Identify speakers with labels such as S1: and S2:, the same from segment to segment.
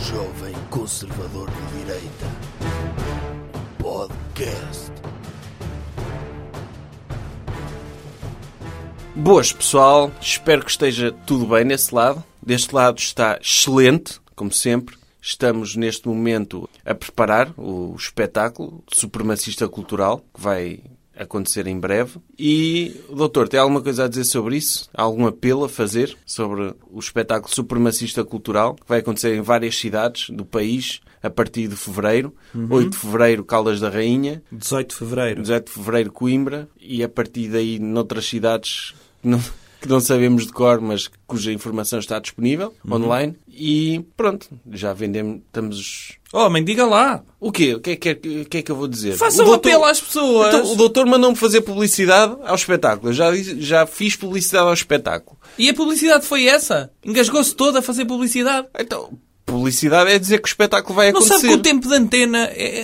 S1: jovem conservador de direita. Podcast.
S2: Boas pessoal, espero que esteja tudo bem nesse lado. Deste lado está excelente, como sempre. Estamos neste momento a preparar o espetáculo Supremacista Cultural, que vai acontecer em breve. E, doutor, tem alguma coisa a dizer sobre isso? Há algum apelo a fazer sobre o espetáculo Supremacista Cultural, que vai acontecer em várias cidades do país a partir de fevereiro? 8 de fevereiro, Caldas da Rainha,
S3: 18 de Fevereiro.
S2: 18 de Fevereiro, Coimbra, e a partir daí noutras cidades que não, que não sabemos de cor, mas cuja informação está disponível
S3: Uhum.
S2: online. E pronto, já vendemos, estamos...
S3: Homem, diga lá.
S2: O quê? O que é que, é- o que é que eu vou dizer?
S3: Faça
S2: O
S3: um apelo às pessoas.
S2: Então, o doutor mandou-me fazer publicidade ao espetáculo. Eu já, disse- já fiz publicidade ao espetáculo.
S3: E a publicidade foi essa? Engasgou-se toda a fazer publicidade?
S2: Então, publicidade é dizer que o espetáculo vai
S3: Não
S2: acontecer.
S3: sabe que o tempo de antena é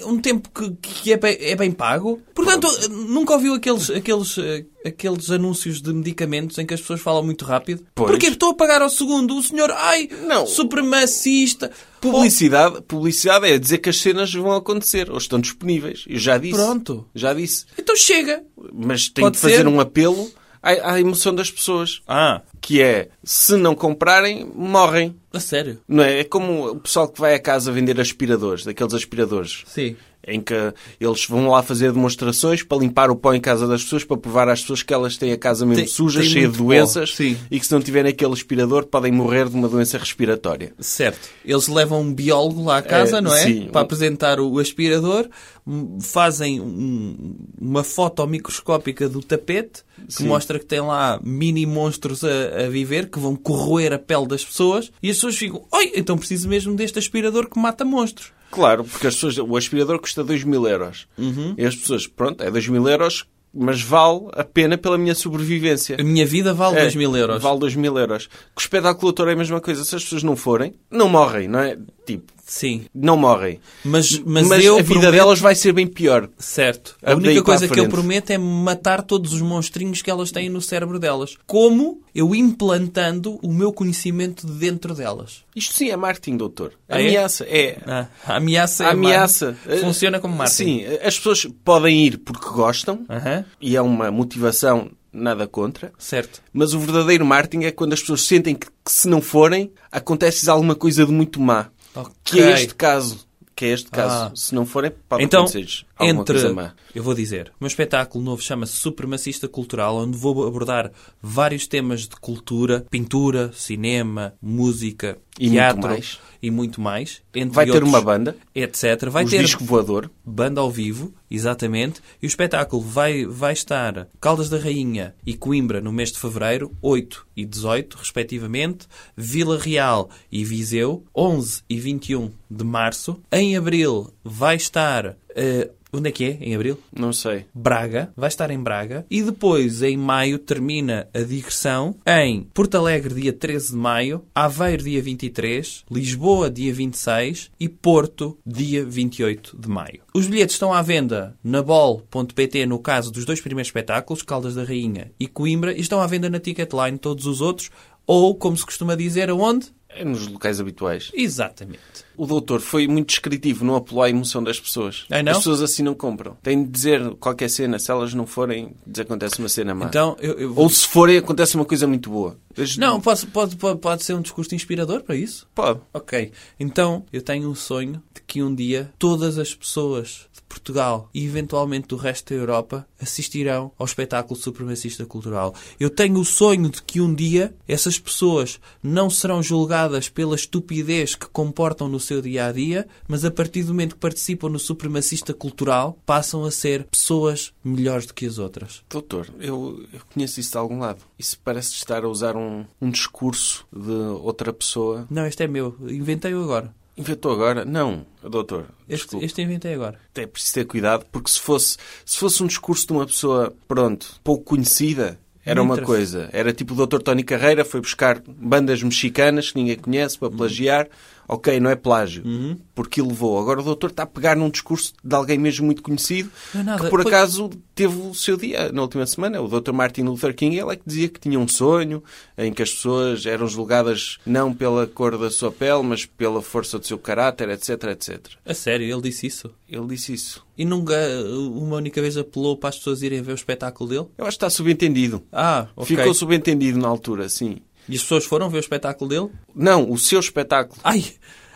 S3: é um tempo que, que é, bem, é bem pago? Portanto, nunca ouviu aqueles, aqueles, eh, aqueles anúncios de medicamentos em que as pessoas falam muito rápido?
S2: Pois.
S3: Porque estou a pagar ao segundo. O senhor, ai,
S2: Não.
S3: supremacista.
S2: Publicidade, publicidade é dizer que as cenas vão acontecer ou estão disponíveis. Eu já disse.
S3: Pronto.
S2: Já disse.
S3: Oh, Então chega.
S2: mas tem
S3: Pode
S2: de fazer
S3: ser?
S2: um apelo à, à emoção das pessoas,
S3: Ah.
S2: que é se não comprarem, morrem.
S3: A sério?
S2: Não é? é como o pessoal que vai a casa vender aspiradores, daqueles aspiradores,
S3: Sim.
S2: em que eles vão lá fazer demonstrações para limpar o pó em casa das pessoas, para provar às pessoas que elas têm a casa mesmo
S3: Tem-
S2: suja,
S3: tem
S2: cheia de
S3: muito
S2: doenças,
S3: pó, sim.
S2: e que se não tiverem aquele aspirador podem morrer de uma doença respiratória.
S3: Certo. Eles levam um biólogo lá à casa,
S2: É,
S3: não é?
S2: sim.
S3: Para apresentar o aspirador, hum, fazem um- uma foto microscópica do tapete, que mostra que tem lá mini monstros a, a viver, que vão corroer a pele das pessoas, e as pessoas ficam, oi, então preciso mesmo deste aspirador que mata monstros.
S2: Claro, porque as pessoas, o aspirador custa 2 mil euros.
S3: Uhum.
S2: E as pessoas, pronto, é 2 mil euros, mas vale a pena pela minha sobrevivência.
S3: A minha vida vale
S2: É,
S3: 2 mil euros.
S2: Vale 2 mil euros. Com o espetáculo autor é a mesma coisa. Se as pessoas não forem, não morrem, não é? Tipo,
S3: Sim.
S2: não morrem.
S3: Mas, mas,
S2: Mas,
S3: eu um
S2: a vida
S3: prometo-
S2: delas vai ser bem pior.
S3: Certo.
S2: Ah,
S3: A
S2: daí
S3: única
S2: para a
S3: coisa que eu
S2: frente.
S3: prometo é matar todos os monstrinhos que elas têm no cérebro delas. Como eu implantando o meu conhecimento dentro delas.
S2: Isto sim é marketing, doutor.
S3: Ah, é?
S2: Ameaça, é.
S3: Ah, a ameaça é
S2: A ameaça. Eh,
S3: mar- Funciona como marketing. Ah.
S2: Sim, as pessoas podem ir porque gostam
S3: Aham.
S2: e é uma motivação nada contra.
S3: Certo.
S2: Mas o verdadeiro marketing é quando as pessoas sentem que, que se não forem, acontece alguma coisa de muito má.
S3: Ok.
S2: Que é este caso. Que é este caso.
S3: Ah.
S2: Se não forem, pode
S3: Então,
S2: acontecer alguma
S3: entre.
S2: coisa má.
S3: Eu vou dizer. O meu espetáculo novo chama-se Supremacista Cultural, onde vou abordar vários temas de cultura, pintura, cinema, música,
S2: E
S3: teatro
S2: muito mais.
S3: e muito mais. Entre
S2: Vai ter
S3: outros,
S2: uma banda.
S3: Etc. Vai
S2: os
S3: ter
S2: disco voador.
S3: Banda ao vivo, exatamente. E o espetáculo vai, vai estar Caldas da Rainha e Coimbra no mês de fevereiro, 8 e 18, respectivamente. Vila Real e Viseu, 11 e 21 de março. Em abril vai estar. eh, onde é que é? Em abril?
S2: Não sei.
S3: Braga, vai estar em Braga e depois em maio termina a digressão em Porto Alegre dia 13 de maio, Aveiro dia 23, Lisboa dia 26 e Porto dia 28 de maio. Os bilhetes estão à venda na bol.pt no caso dos dois primeiros espetáculos, Caldas da Rainha e Coimbra, e estão à venda na Ticketline todos os outros ou como se costuma dizer aonde?
S2: É nos locais habituais.
S3: Exatamente.
S2: O doutor foi muito descritivo, não apelou à emoção das pessoas.
S3: Ai, É, não?
S2: As pessoas assim não compram. Tem de dizer qualquer cena, se elas não forem, desacontece uma cena má.
S3: Então, eu, eu
S2: Ah.
S3: vou-
S2: Ou se forem, acontece uma coisa muito boa. Mas-
S3: Não, posso- pode, pode, pode ser um discurso inspirador para isso?
S2: Pode.
S3: Ok, então eu tenho um sonho de que um dia todas as pessoas de Portugal e eventualmente do resto da Europa assistirão ao espetáculo supremacista cultural. Eu tenho o sonho de que um dia essas pessoas não serão julgadas pela estupidez que comportam no seu dia a dia, mas a partir do momento que participam no supremacista cultural passam a ser pessoas melhores do que as outras.
S2: Doutor, eu, eu conheço isso de algum lado. Isso parece estar a usar um, um discurso de outra pessoa.
S3: Não, este é meu, inventei-o agora.
S2: Inventou agora? Não, doutor.
S3: Este,
S2: Desculpe.
S3: este inventei agora.
S2: É preciso ter cuidado, porque se fosse, se fosse um discurso de uma pessoa, pronto, pouco conhecida, era
S3: Não
S2: uma
S3: interessa.
S2: coisa. Era tipo o Dr. Tony Carreira, foi buscar bandas mexicanas que ninguém conhece para plagiar. ok, não é plágio,
S3: Uhum.
S2: porque levou. Agora o doutor está a pegar num discurso de alguém mesmo muito conhecido,
S3: Não é nada.
S2: que por
S3: Pois-
S2: acaso teve o seu dia na última semana. O Dr. Martin Luther King, ele é que dizia que tinha um sonho em que as pessoas eram julgadas não pela cor da sua pele, mas pela força do seu caráter, etc, etc.
S3: A sério, ele disse isso.
S2: Ele disse isso.
S3: E nunca, uh, uma única vez apelou para as pessoas irem ver o espetáculo dele?
S2: Eu acho que está subentendido.
S3: Ah, ok.
S2: Ficou subentendido na altura, sim.
S3: E as pessoas foram ver o espetáculo dele?
S2: Não, o seu espetáculo.
S3: Ai,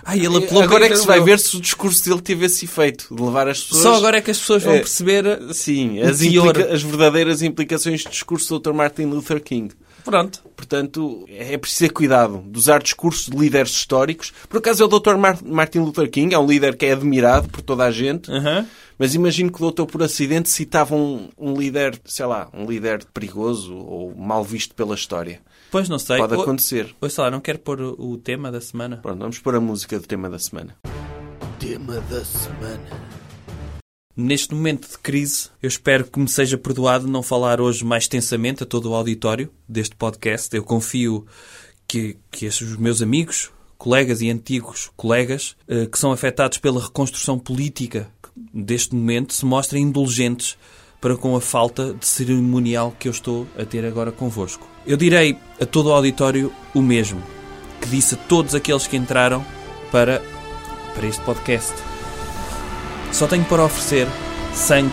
S3: ai ele apelou
S2: agora
S3: para
S2: é que
S3: ir
S2: se vai
S3: o-
S2: ver se o discurso dele teve esse efeito de levar as pessoas.
S3: Só agora é que as pessoas vão
S2: É.
S3: perceber. eh,
S2: Sim,
S3: o
S2: as,
S3: teor.
S2: implica- as verdadeiras implicações do discurso do Dr. Martin Luther King.
S3: Pronto.
S2: Portanto, é preciso ter cuidado de usar discursos de líderes históricos. Por acaso é o Dr. Mar- Martin Luther King, é um líder que é admirado por toda a gente.
S3: Aham.
S2: Mas imagino que o doutor, por acidente, citava um, um líder, sei lá, um líder perigoso ou mal visto pela história.
S3: Pois não sei.
S2: Pode
S3: Ou-
S2: acontecer.
S3: Pois sei lá, não quero pôr o o tema da semana.
S2: Pronto, vamos pôr a música do tema da semana.
S1: Tema da semana.
S3: Neste momento de crise, eu espero que me seja perdoado não falar hoje mais tensamente a todo o auditório deste podcast. Eu confio que, que esses meus amigos, colegas e antigos colegas eh, que são afetados pela reconstrução política deste momento se mostrem indulgentes para com a falta de cerimonial que eu estou a ter agora convosco. Eu direi a todo o auditório o mesmo que disse a todos aqueles que entraram para, para este podcast. Só tenho para oferecer sangue,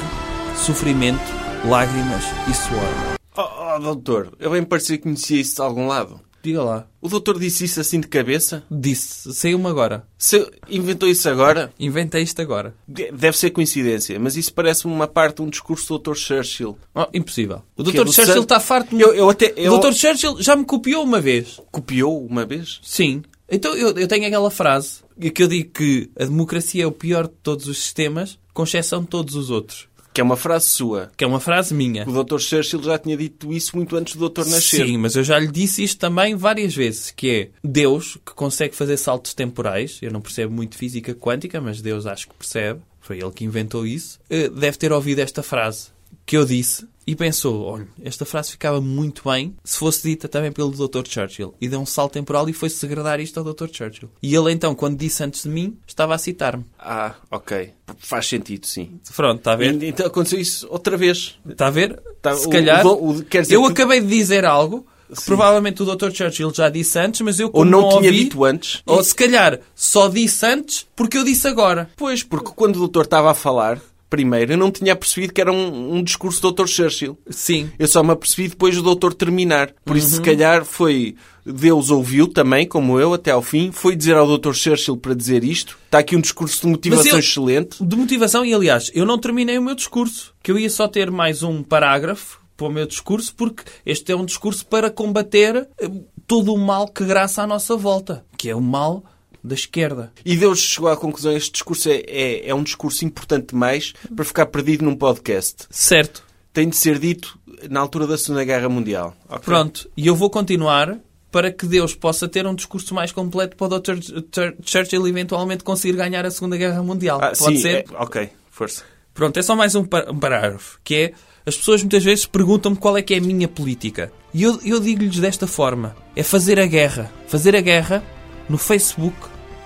S3: sofrimento, lágrimas e suor.
S2: Oh, oh, doutor, eu bem parecia que conhecia isso de algum lado.
S3: Diga lá.
S2: O doutor disse isso assim de cabeça?
S3: Disse, saiu-me agora.
S2: Se inventou isso agora?
S3: Inventei isto agora.
S2: De- Deve ser coincidência, mas isso parece-me uma parte de um discurso do Dr. Churchill.
S3: Oh, impossível. O
S2: Que é
S3: Dr.
S2: do
S3: Churchill
S2: sangue.
S3: está farto de me-
S2: Eu, eu até. Eu...
S3: O Dr. Churchill já me copiou uma vez.
S2: copiou uma vez?
S3: Sim. Então eu, eu tenho aquela frase que eu digo que a democracia é o pior de todos os sistemas, com exceção de todos os outros.
S2: Que é uma frase sua.
S3: Que é uma frase minha.
S2: O Dr. Churchill já tinha dito isso muito antes do doutor nascer.
S3: Sim, mas eu já lhe disse isto também várias vezes, que é Deus que consegue fazer saltos temporais, eu não percebo muito física quântica, mas Deus acho que percebe, foi ele que inventou isso, eh, deve ter ouvido esta frase que eu disse e pensou, olha, esta frase ficava muito bem se fosse dita também pelo Dr. Churchill. E deu um salto temporal e foi segredar isto ao Dr. Churchill. E ele então, quando disse antes de mim, estava a citar-me.
S2: Ah, ok. Faz sentido, sim.
S3: Pronto, está a ver?
S2: E- Então aconteceu isso outra vez.
S3: Está a ver?
S2: Tá,
S3: Se
S2: o-
S3: calhar,
S2: o- o- quer dizer
S3: eu
S2: que-
S3: acabei de dizer algo que
S2: Sim.
S3: provavelmente o Dr. Churchill já disse antes, mas eu como
S2: Ou não tinha
S3: ouvi,
S2: dito antes.
S3: Ou se calhar só disse antes porque eu disse agora.
S2: Pois, porque quando o doutor estava a falar, primeiro, eu não tinha percebido que era um, um discurso do Dr. Churchill.
S3: Sim.
S2: Eu só me apercebi depois do doutor terminar. Por isso,
S3: Uhum.
S2: se calhar, foi... Deus ouviu também, como eu, até ao fim. Foi dizer ao doutor Churchill para dizer isto. Está aqui um discurso de motivação
S3: eu-
S2: excelente.
S3: De motivação, e aliás, eu não terminei o meu discurso, que eu ia só ter mais um parágrafo para o meu discurso, porque este é um discurso para combater eh, todo o mal que graça à nossa volta, que é o mal da esquerda.
S2: E Deus chegou à conclusão este discurso é, é, é um discurso importante demais para ficar perdido num podcast.
S3: Certo.
S2: Tem de ser dito na altura da Segunda Guerra Mundial. Ok.
S3: Pronto, e eu vou continuar para que Deus possa ter um discurso mais completo para o Dr. Chur- Churchill eventualmente conseguir ganhar a Segunda Guerra Mundial.
S2: Ah,
S3: Pode
S2: sim,
S3: ser?
S2: é- ok, força.
S3: Pronto, é só mais um, par- um parágrafo, que é... As pessoas muitas vezes perguntam-me qual é que é a minha política. E eu, eu digo-lhes desta forma. É fazer a guerra. Fazer a guerra no Facebook,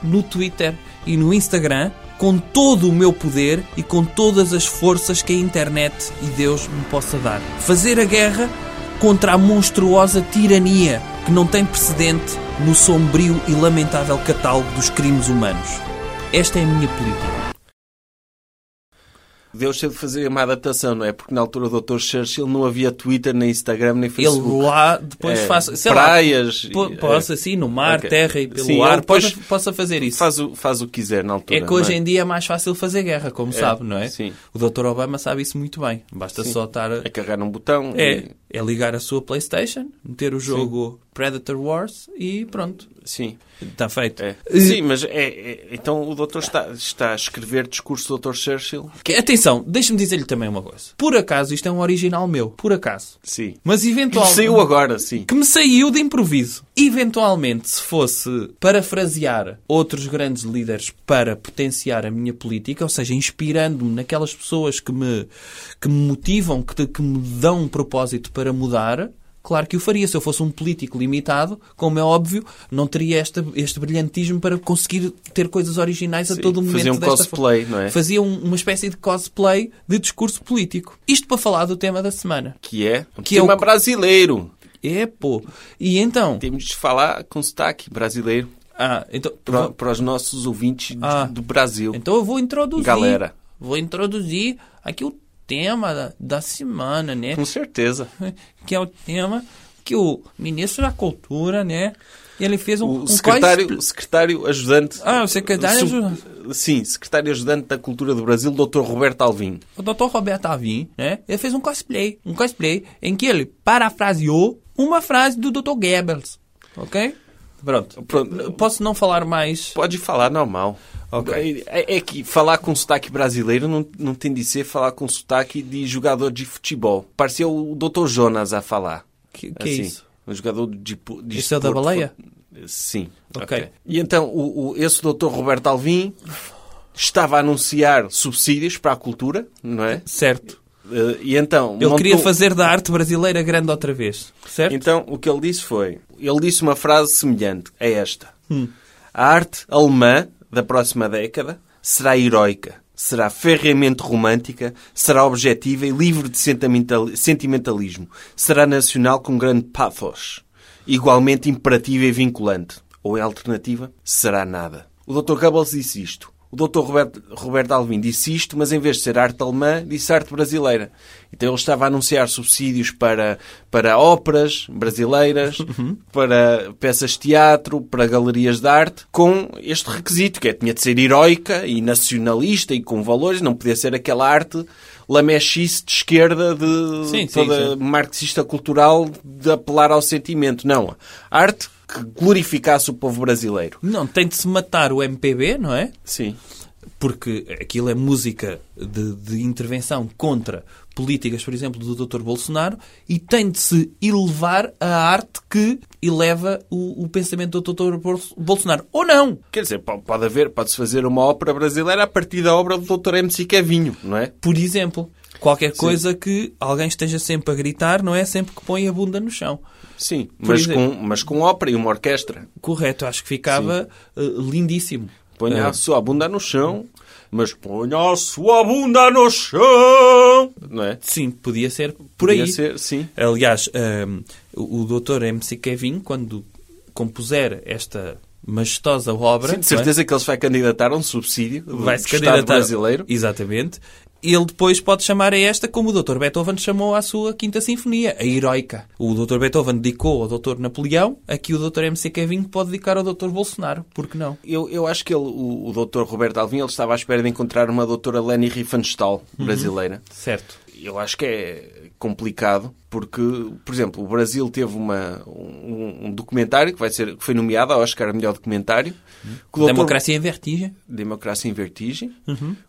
S3: no Twitter e no Instagram com todo o meu poder e com todas as forças que a internet e Deus me possa dar. Fazer a guerra contra a monstruosa tirania que não tem precedente no sombrio e lamentável catálogo dos crimes humanos. Esta é a minha política.
S2: Deus teve de fazer uma adaptação, não é? Porque na altura do Dr. Churchill não havia Twitter, nem Instagram, nem Facebook.
S3: Ele lá depois
S2: É,
S3: faz. Sei
S2: praias.
S3: Lá, po-
S2: e- é.
S3: possa, assim, no mar,
S2: Ok.
S3: terra e pelo
S2: Sim,
S3: ar,
S2: ele depois
S3: possa, possa fazer isso.
S2: Faz o, faz o que quiser na altura.
S3: é que hoje
S2: não
S3: em dia é mais fácil fazer guerra, como sabe, não é?
S2: sim.
S3: O Dr. Obama sabe isso muito bem. Basta só estar. A...
S2: É carregar num botão.
S3: É,
S2: e-
S3: é ligar a sua PlayStation, meter o jogo Predator Wars e pronto.
S2: Sim.
S3: Está feito.
S2: É.
S3: Eh,
S2: Sim, mas é, é- Então o doutor está, está a escrever discurso do Dr. Churchill?
S3: que- atenção, deixe-me dizer-lhe também uma coisa. Por acaso, isto é um original meu. Por acaso.
S2: Sim.
S3: Mas
S2: Que
S3: eventualmente.
S2: saiu agora, sim.
S3: que me saiu de improviso. Eventualmente, se fosse parafrasear outros grandes líderes para potenciar a minha política, ou seja, inspirando-me naquelas pessoas que me, que me motivam, que, que me dão um propósito para mudar, Claro que o faria. Se eu fosse um político limitado, como é óbvio, não teria este, este brilhantismo para conseguir ter coisas originais a
S2: Sim,
S3: todo momento.
S2: fazia um
S3: desta
S2: cosplay,
S3: forma.
S2: não é?
S3: Fazia um- uma espécie de cosplay de discurso político. Isto para falar do tema da semana.
S2: Que é um
S3: Que é
S2: tema
S3: o-
S2: brasileiro.
S3: É, pô. E então...
S2: Temos de falar com sotaque brasileiro
S3: Ah, então...
S2: para, para os nossos ouvintes de-
S3: Ah.
S2: do Brasil.
S3: Então eu vou introduzir.
S2: Galera.
S3: Vou introduzir aqui o tema da, da semana, né?
S2: Com certeza.
S3: Que é o tema que o ministro da Cultura, né? Ele fez um.
S2: O
S3: um
S2: secretário,
S3: cosplay-
S2: secretário ajudante.
S3: Ah, o secretário
S2: Su- Sim, secretário ajudante da Cultura do Brasil, Dr. Roberto Alvim.
S3: O Dr. Roberto Avim, né? Ele fez um cosplay. Um cosplay em que ele parafraseou uma frase do Dr. Goebbels. Ok? Pronto.
S2: Pronto.
S3: Posso não falar mais.
S2: Pode falar normal.
S3: Ok.
S2: É, é que falar com sotaque brasileiro não, não tem de ser falar com sotaque de jogador de futebol. Parecia o Dr. Jonas a falar.
S3: Que, que
S2: Assim,
S3: é isso?
S2: Um jogador de... po- de
S3: Isso é o da
S2: esporte.
S3: baleia?
S2: Sim.
S3: Ok.
S2: E então, o, o- esse Dr. Roberto Alvim estava a anunciar subsídios para a cultura, não é?
S3: Certo.
S2: Eh, E então...
S3: Ele queria
S2: montou-
S3: fazer da arte brasileira grande outra vez. Certo?
S2: Então, o que ele disse foi... Ele disse uma frase semelhante a esta. A arte alemã da próxima década será heroica, será ferreamente romântica, será objetiva e livre de sentimental- sentimentalismo, será nacional com grande pathos, igualmente imperativa e vinculante. Ou, em alternativa, será nada. O Dr. Goebbels disse isto. O Dr. Roberto, Roberto Alvim disse isto, mas em vez de ser arte alemã, disse arte brasileira. Então ele estava a anunciar subsídios para, para óperas brasileiras,
S3: Uhum.
S2: para peças de teatro, para galerias de arte, com este requisito, que é, tinha de ser heroica e nacionalista e com valores, não podia ser aquela arte lamechice de esquerda de
S3: Sim, sim,
S2: toda
S3: sim.
S2: marxista cultural de apelar ao sentimento. Não, a arte que glorificasse o povo brasileiro.
S3: Não, tem de se matar o MPB, não é?
S2: Sim.
S3: Porque aquilo é música de, de intervenção contra políticas, por exemplo, do Dr. Bolsonaro, e tem de se elevar a arte que eleva o, o pensamento do Dr. Bolso- Bolsonaro. Ou não!
S2: Quer dizer, po- pode haver, pode-se fazer uma ópera brasileira a partir da obra do Dr. MC Kevinho, não é?
S3: Por exemplo, qualquer coisa que alguém esteja sempre a gritar, não é sempre que põe a bunda no chão.
S2: Sim, mas
S3: exemplo.
S2: com, mas com ópera e uma orquestra.
S3: Correto, acho que ficava eh, lindíssimo.
S2: Ponha
S3: Eh,
S2: a sua bunda no chão, mas ponha a sua bunda no chão! Não é?
S3: Sim, podia ser por
S2: Podia
S3: aí.
S2: ser, sim.
S3: Aliás, hum, o o Dr. MC Kevin, quando compuser esta majestosa obra,
S2: Sim, de certeza que ele se vai candidatar a um subsídio do
S3: é. vai se
S2: Estado
S3: candidatar
S2: brasileiro.
S3: Exatamente. Ele depois pode chamar a esta como o Dr. Beethoven chamou à sua Quinta Sinfonia, a heroica. O Dr. Beethoven dedicou ao Dr. Napoleão, aqui o Dr. MC Kevin pode dedicar ao Dr. Bolsonaro, por que não?
S2: Eu, eu acho que ele, o, o Dr. Roberto Alvim ele estava à espera de encontrar uma doutora Leni Riefenstahl
S3: Uhum.
S2: brasileira.
S3: Certo.
S2: Eu acho que é complicado, porque, por exemplo, o Brasil teve uma, um, um documentário que, vai ser, que foi nomeado ao Oscar a melhor documentário. que o Dr.
S3: Uhum. Democracia Uhum. em vertigem.
S2: Democracia em Vertigem,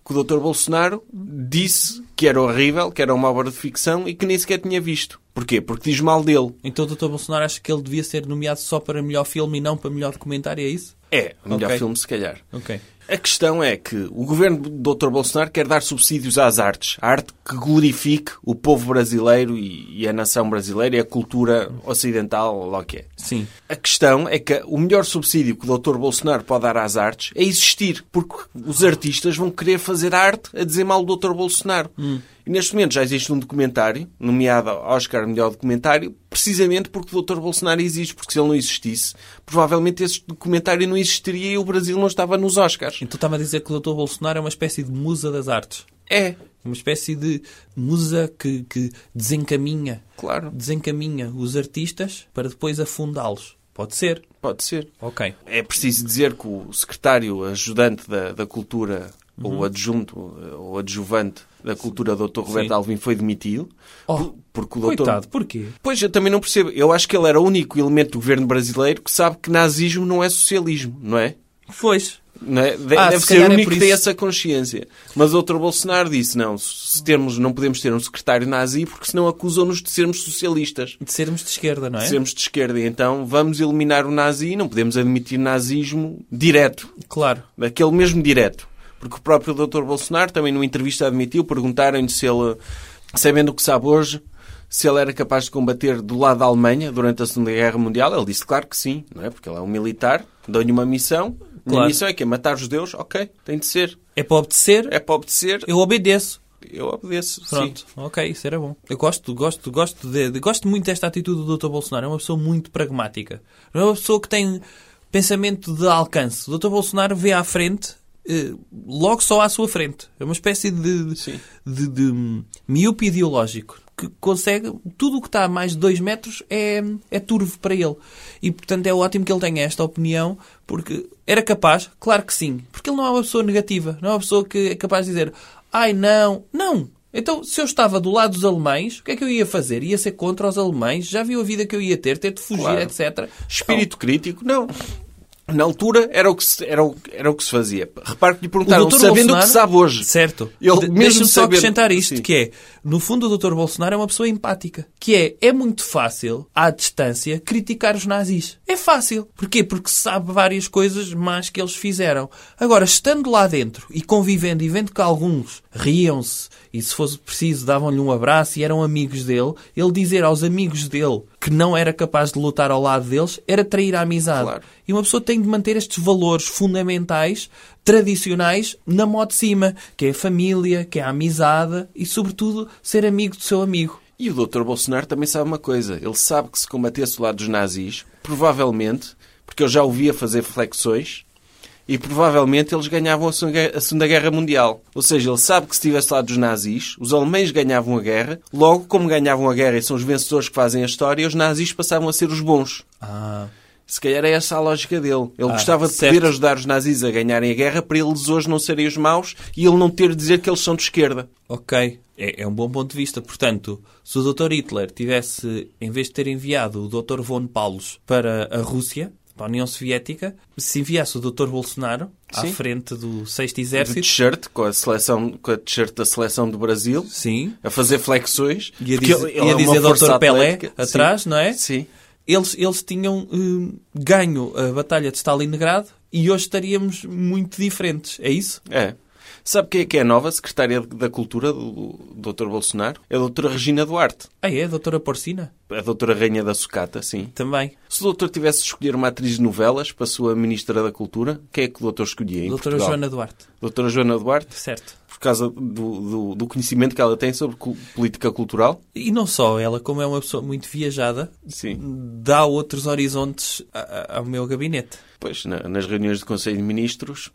S2: que o Dr. Bolsonaro disse que era horrível, que era uma obra de ficção e que nem sequer tinha visto. Porquê? Porque diz mal dele.
S3: Então o Dr. Bolsonaro acha que ele devia ser nomeado só para melhor filme e não para melhor documentário, é isso?
S2: É, o melhor
S3: Ok.
S2: filme, se calhar.
S3: Ok.
S2: A questão é que o governo do Dr. Bolsonaro quer dar subsídios às artes, à arte que glorifique o povo brasileiro e, e a nação brasileira e a cultura ocidental, ou lá o que é.
S3: Sim.
S2: A questão é que o melhor subsídio que o Dr. Bolsonaro pode dar às artes é existir, porque os artistas vão querer fazer arte a dizer mal do Dr. Bolsonaro. E neste momento já existe um documentário, nomeado ao Oscar Melhor Documentário, precisamente porque o Dr. Bolsonaro existe, porque se ele não existisse, provavelmente esse documentário não existiria e o Brasil não estava nos Oscars.
S3: Então estava a dizer que o Dr. Bolsonaro é uma espécie de musa das artes.
S2: É,
S3: Uma espécie de musa que, que desencaminha,
S2: claro,
S3: desencaminha os artistas para depois afundá-los. Pode ser.
S2: pode ser.
S3: Ok.
S2: É preciso dizer que o secretário ajudante da, da cultura, ou adjunto, ou adjuvante da cultura, Dr. Roberto
S3: Uhum. Sim.
S2: Alvim, foi demitido.
S3: Oh,
S2: por- porque o
S3: Coitado,
S2: Dr.
S3: porquê?
S2: Pois, eu também não percebo. Eu acho que ele era o único elemento do governo brasileiro que sabe que nazismo não é socialismo, não é?
S3: Pois.
S2: Não é? De-
S3: Ah,
S2: Deve
S3: se
S2: ser
S3: calhar
S2: o
S3: é
S2: único
S3: por
S2: que tem
S3: isso.
S2: essa consciência. Mas o Dr. Bolsonaro disse, não, se termos, não podemos ter um secretário nazi porque senão acusam-nos de sermos socialistas.
S3: De sermos de esquerda, não é?
S2: De sermos de esquerda. E então vamos eliminar o nazi e não podemos admitir nazismo direto
S3: Claro.
S2: daquele mesmo direto. Porque o próprio Dr. Bolsonaro também numa entrevista admitiu, perguntaram-lhe se ele, sabendo o que sabe hoje, se ele era capaz de combater do lado da Alemanha durante a Segunda Guerra Mundial. Ele disse, claro que sim, não é? Porque ele é um militar, deu-lhe uma missão. A
S3: Claro.
S2: Minha missão é que é matar os judeus, ok, tem de ser.
S3: É para obedecer,
S2: É para obedecer,
S3: eu obedeço.
S2: eu obedeço.
S3: Pronto,
S2: Sim.
S3: ok, isso era bom. Eu gosto, gosto, gosto de, de- gosto muito desta atitude do Dr. Bolsonaro. É uma pessoa muito pragmática. Não é uma pessoa que tem pensamento de alcance. O Dr. Bolsonaro vê à frente, eh, logo só à sua frente. É uma espécie de, de,
S2: Sim.
S3: de, de miúpe ideológico. Que consegue, tudo o que está a mais de 2 metros é, é turvo para ele. E portanto é ótimo que ele tenha esta opinião, porque era capaz, claro que sim, porque ele não é uma pessoa negativa, não é uma pessoa que é capaz de dizer ai não, não. Então, se eu estava do lado dos alemães, o que é que eu ia fazer? Ia ser contra os alemães? Já viu a vida que eu ia ter? Ter de fugir,
S2: Claro.
S3: etc.
S2: Espírito crítico, não. Na altura era o que se, era o, era o que se fazia. Repare que lhe
S3: Não,
S2: perguntaram, sabendo o que sabe hoje.
S3: Certo.
S2: Ele
S3: De-
S2: mesmo
S3: Deixa-me só
S2: sabendo-
S3: acrescentar isto,
S2: Sim.
S3: que é, no fundo, o Dr. Bolsonaro é uma pessoa empática. Que é, é muito fácil, à distância, criticar os nazis. É fácil. Porquê? Porque sabe várias coisas más que eles fizeram. Agora, estando lá dentro e convivendo e vendo que alguns riam-se e, se fosse preciso, davam-lhe um abraço e eram amigos dele, ele dizer aos amigos dele que não era capaz de lutar ao lado deles era trair a amizade.
S2: Claro.
S3: E uma pessoa tem de manter estes valores fundamentais, tradicionais, na mão de cima, que é a família, que é a amizade e, sobretudo, ser amigo do seu amigo.
S2: E o Dr. Bolsonaro também sabe uma coisa. Ele sabe que se combatesse o lado dos nazis, provavelmente, porque eu já ouvia fazer flexões, e provavelmente eles ganhavam a Segunda Guerra- a Segunda Guerra Mundial. Ou seja, ele sabe que se estivesse do lado dos nazis, os alemães ganhavam a guerra, logo, como ganhavam a guerra e são os vencedores que fazem a história, os nazis passavam a ser os bons.
S3: Ah,
S2: Se calhar é essa a lógica dele. Ele
S3: Ah,
S2: gostava de
S3: certo.
S2: poder ajudar os nazis a ganharem a guerra para eles hoje não serem os maus e ele não ter de dizer que eles são de esquerda.
S3: ok. É, é um bom ponto de vista. Portanto, se o Dr. Hitler tivesse, em vez de ter enviado o Dr. Von Paulus para a Rússia, para a União Soviética, se enviasse o Dr. Bolsonaro à
S2: Sim.
S3: frente do 6
S2: De
S3: Exército...
S2: t-shirt, com a, seleção, com a t-shirt da seleção do Brasil,
S3: Sim.
S2: a fazer flexões.
S3: Ia
S2: porque
S3: dizer,
S2: ele- ele
S3: ia
S2: é uma
S3: dizer
S2: força
S3: Dr. Pelé
S2: atlética. Sim.
S3: atrás, não é?
S2: Sim.
S3: eles, eles tinham hum, ganho a Batalha de Stalingrado e hoje estaríamos muito diferentes. É isso?
S2: É. Sabe quem é que é a nova secretária de- da Cultura do Dr. Bolsonaro? É a doutora Regina Duarte.
S3: Ah, é? Doutora Porcina?
S2: A doutora Rainha da Sucata, sim.
S3: Também.
S2: Se o doutor tivesse de escolher uma atriz de novelas para a sua Ministra da Cultura, quem é que o doutor escolhia em
S3: Doutora
S2: Portugal?
S3: Joana Duarte.
S2: Doutora Joana Duarte?
S3: Certo.
S2: por causa do, do, do conhecimento que ela tem sobre cu- política cultural.
S3: E não só ela, como é uma pessoa muito viajada,
S2: Sim.
S3: dá outros horizontes a- a- ao meu gabinete.
S2: Pois, na- nas reuniões do Conselho de Ministros,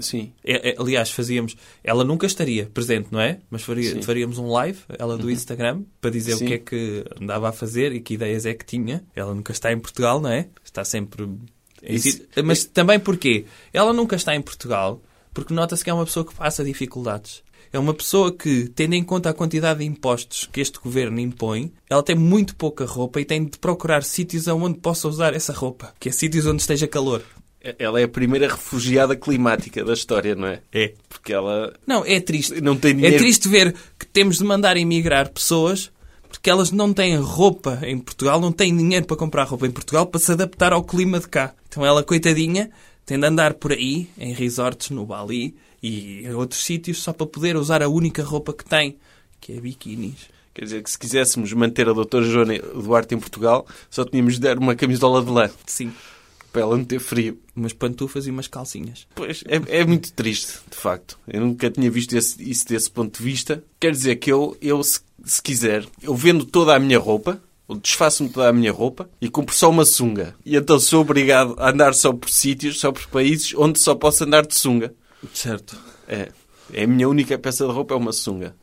S2: sim.
S3: É- é- aliás, fazíamos. Ela nunca estaria presente, não é? Mas faria-
S2: Sim. Uhum.
S3: faríamos um live, ela do Instagram, para dizer o
S2: Sim.
S3: que é que andava a fazer e que ideias é que tinha. Ela nunca está em Portugal, não é? Está sempre. em
S2: Isso-
S3: si- Mas também porquê? Ela nunca está em Portugal porque nota-se que é uma pessoa que passa dificuldades. É uma pessoa que, tendo em conta a quantidade de impostos que este governo impõe, ela tem muito pouca roupa e tem de procurar sítios onde possa usar essa roupa, que é sítios onde esteja calor.
S2: Ela é a primeira refugiada climática da história, não é?
S3: É.
S2: Porque ela
S3: Não, é triste.
S2: não tem dinheiro.
S3: É triste ver que temos de mandar emigrar pessoas porque elas não têm roupa em Portugal, não têm dinheiro para comprar roupa em Portugal para se adaptar ao clima de cá. Então ela, coitadinha, tem de andar por aí, em resorts no Bali e em outros sítios, só para poder usar a única roupa que tem, que é biquinis.
S2: Quer dizer, que se quiséssemos manter a doutora Joana Duarte em Portugal, só tínhamos de dar uma camisola de lã,
S3: Sim.
S2: para ela não ter frio.
S3: Umas pantufas e umas calcinhas.
S2: Pois, é, é muito triste, de facto. Eu nunca tinha visto esse- isso desse ponto de vista. Quer dizer que eu, eu se, se quiser, eu vendo toda a minha roupa, eu desfaço-me toda a minha roupa e compro só uma sunga. E então sou obrigado a andar só por sítios, só por países onde só posso andar de sunga.
S3: Certo.
S2: É. É a minha única peça de roupa, é uma sunga.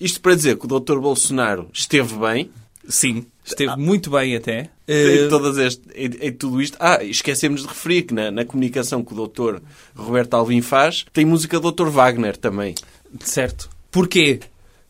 S2: Isto para dizer que o Dr. Bolsonaro esteve bem
S3: Sim. Esteve muito bem até.
S2: em,
S3: Eh,
S2: todas este, em, em tudo isto. Ah, esquecemos de referir que na, na comunicação que o Dr. Roberto Alvim faz, tem música do Dr. Wagner também.
S3: Certo. Porquê?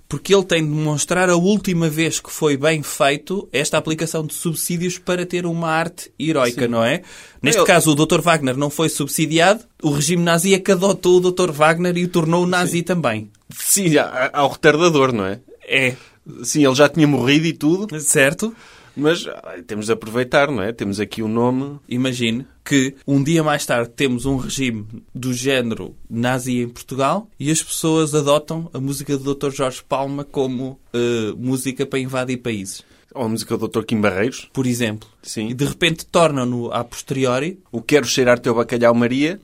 S3: Porque ele tem de demonstrar a última vez que foi bem feito esta aplicação de subsídios para ter uma arte heroica, não é? Neste
S2: Ele-
S3: caso, o Dr. Wagner não foi subsidiado, o regime nazi é que adotou o Dr. Wagner e o tornou nazi também.
S2: Sim, há- há o retardador, não é?
S3: É,
S2: Sim, ele já tinha morrido e tudo,
S3: certo?
S2: mas ah, temos de aproveitar, não é? Temos aqui o nome.
S3: Imagine que um dia mais tarde temos um regime do género nazi em Portugal e as pessoas adotam a música do Dr. Jorge Palma como eh, música para invadir países,
S2: Ou a música do Dr. Kim Barreiros.
S3: por exemplo.
S2: Sim.
S3: E de repente tornam-no a posteriori
S2: O Quero Cheirar Teu Bacalhau Maria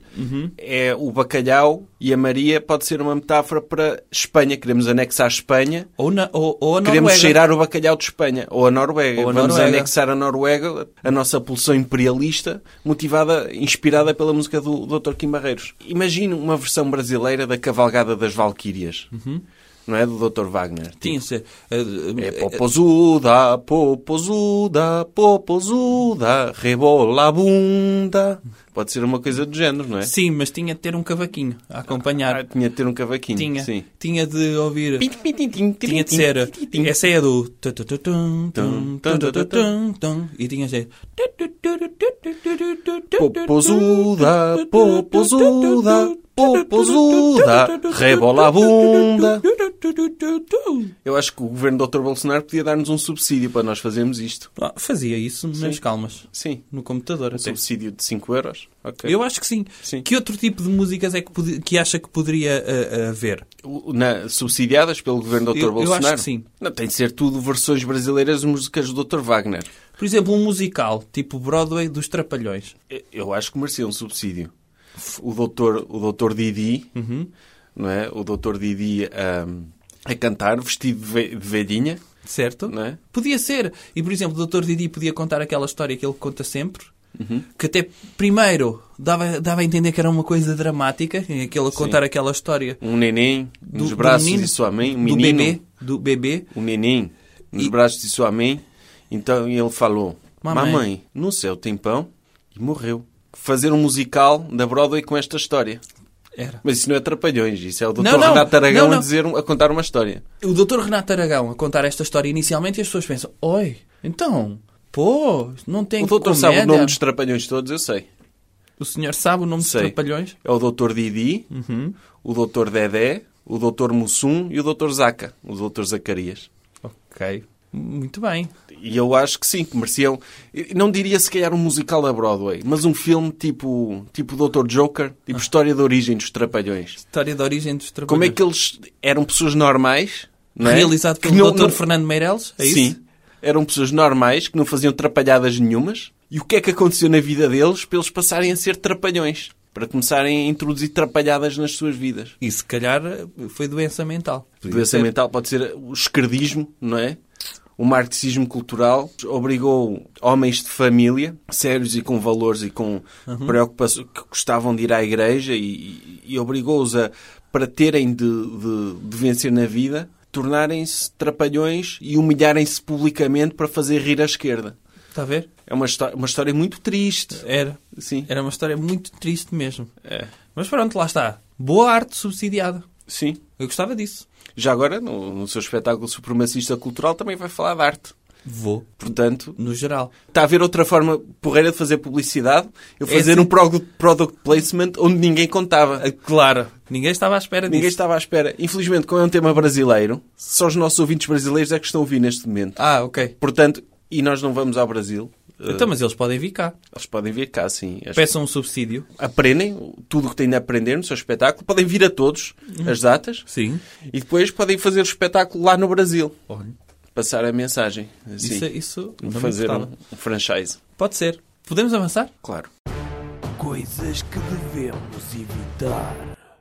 S2: é o bacalhau e a Maria pode ser uma metáfora para Espanha. Queremos anexar a Espanha.
S3: ou, na, ou, ou a
S2: Queremos
S3: Noruega.
S2: cheirar o bacalhau de Espanha ou a Noruega.
S3: Ou a
S2: Vamos
S3: Noruega.
S2: anexar a Noruega, a nossa pulsão imperialista, motivada, inspirada pela música do Dr. Kim Barreiros. Imagine uma versão brasileira da Cavalgada das Valquírias,
S3: Uhum.
S2: não é? Do Dr. Wagner.
S3: Tinha de ser, eh, eh,
S2: É popozuda, popozuda, popozuda, rebola a bunda. Pode ser uma coisa do género, não é?
S3: Sim, mas tinha de ter um cavaquinho a acompanhar.
S2: Ah, tinha de ter um cavaquinho.
S3: tinha,
S2: Sim.
S3: tinha de ouvir. Tinha de ser. Essa é a do. tu, tu, tu, tum, tum, tu, tu, tu, tum, tum. E tinha de ser.
S2: Popozuda, popozuda, popozuda, rebola a bunda. Eu acho que o governo do Dr. Bolsonaro podia dar-nos um subsídio para nós fazermos isto.
S3: Ah, Fazia isso nas calmas.
S2: Sim.
S3: No computador.
S2: Um
S3: até.
S2: subsídio de 5 euros. Ok.
S3: Eu acho que sim.
S2: Sim.
S3: Que outro tipo de músicas é que, podi- que acha que poderia ah, ah, haver?
S2: O- na- subsidiadas pelo governo do Dr.
S3: Eu- eu
S2: Bolsonaro?
S3: acho que sim.
S2: Não, tem de ser tudo versões brasileiras de músicas do Dr. Wagner.
S3: Por exemplo, um musical, tipo Broadway dos Trapalhões.
S2: Eu- Eu acho que merecia um subsídio. O Dr. O Dr. Didi,
S3: Uhum.
S2: não é? O Dr. Didi ahm, a cantar, vestido de, ve de velhinha,
S3: Certo?
S2: não é?
S3: Podia ser. E, por exemplo, o Dr. Didi podia contar aquela história que ele conta sempre,
S2: Uhum.
S3: que até primeiro dava, dava a entender que era uma coisa dramática, aquele contar aquela história
S2: Um neném nos
S3: do
S2: braços
S3: menino,
S2: de sua mãe, um
S3: do
S2: menino,
S3: bebê, do bebê.
S2: um neném nos braços de sua mãe. Então ele falou:
S3: Mamãe.
S2: Mamãe. no céu tem pão e morreu. Fazer um musical da Broadway com esta história.
S3: Era.
S2: Mas isso não é trapalhões, isso é o Dr.
S3: Não, não.
S2: Renato Aragão
S3: Não, não.
S2: A, dizer, um- a contar uma história.
S3: O Dr. Renato Aragão a contar esta história inicialmente e as pessoas pensam, oi, então, pô, não tem
S2: o doutor
S3: comédia.
S2: sabe o nome dos trapalhões todos, eu sei.
S3: O senhor sabe o nome dos
S2: Sei.
S3: Trapalhões?
S2: É o doutor Didi,
S3: Uhum.
S2: o doutor Dedé, o doutor Mussum e o doutor Zaca, o doutor Zacarias.
S3: Ok. Muito bem.
S2: E eu acho que sim, que mereciam... Não diria se calhar um musical da Broadway, mas um filme tipo tipo Doutor Joker,
S3: Ah.
S2: tipo História de Origem dos Trapalhões.
S3: História de origem dos Trapalhões.
S2: Como é que eles eram pessoas normais... Não é?
S3: Realizado
S2: Que
S3: pelo
S2: não-
S3: Dr.
S2: não-
S3: Fernando Meireles, é isso?
S2: Sim. Eram pessoas normais que não faziam trapalhadas nenhumas. E o que é que aconteceu na vida deles para eles passarem a ser trapalhões? Para começarem a introduzir trapalhadas nas suas vidas.
S3: E se calhar eh, foi doença mental.
S2: Doença mental pode ser o esquerdismo, não é? O marxismo cultural obrigou homens de família, sérios e com valores e com preocupações, que gostavam de ir à igreja e, e- e obrigou-os a, para terem de, de- de vencer na vida, tornarem-se trapalhões e humilharem-se publicamente para fazer rir à esquerda.
S3: Está a ver?
S2: É uma, histó- uma história muito triste.
S3: Era.
S2: Sim.
S3: Era uma história muito triste mesmo.
S2: É.
S3: Mas pronto, lá está. Boa arte subsidiada.
S2: Sim.
S3: Eu gostava disso.
S2: Já agora, no, no seu espetáculo supremacista cultural, também vai falar de arte.
S3: Vou.
S2: Portanto,
S3: No geral.
S2: está a haver outra forma porreira de fazer publicidade. Eu
S3: É
S2: fazer
S3: assim. Ah,
S2: um prog- product placement onde ninguém contava.
S3: Claro. Ninguém estava à espera
S2: Ninguém
S3: disso.
S2: estava à espera. Infelizmente, como é um tema brasileiro, só os nossos ouvintes brasileiros é que estão a ouvir neste momento.
S3: Ah, ok.
S2: Portanto, e nós não vamos ao Brasil. Eh,
S3: Então, mas eles podem vir cá.
S2: Eles podem vir cá, sim. As-
S3: Peçam um subsídio.
S2: Aprendem tudo o que têm de aprender no seu espetáculo. Podem vir a todos
S3: Uhum.
S2: as datas.
S3: Sim.
S2: E depois podem fazer o espetáculo lá no Brasil.
S3: Olha.
S2: Passar a mensagem. Assim,
S3: Isso, é, isso também
S2: fazer um,
S3: gostava.
S2: um franchise.
S3: Pode ser. Podemos avançar?
S2: Claro.
S1: Coisas que devemos evitar.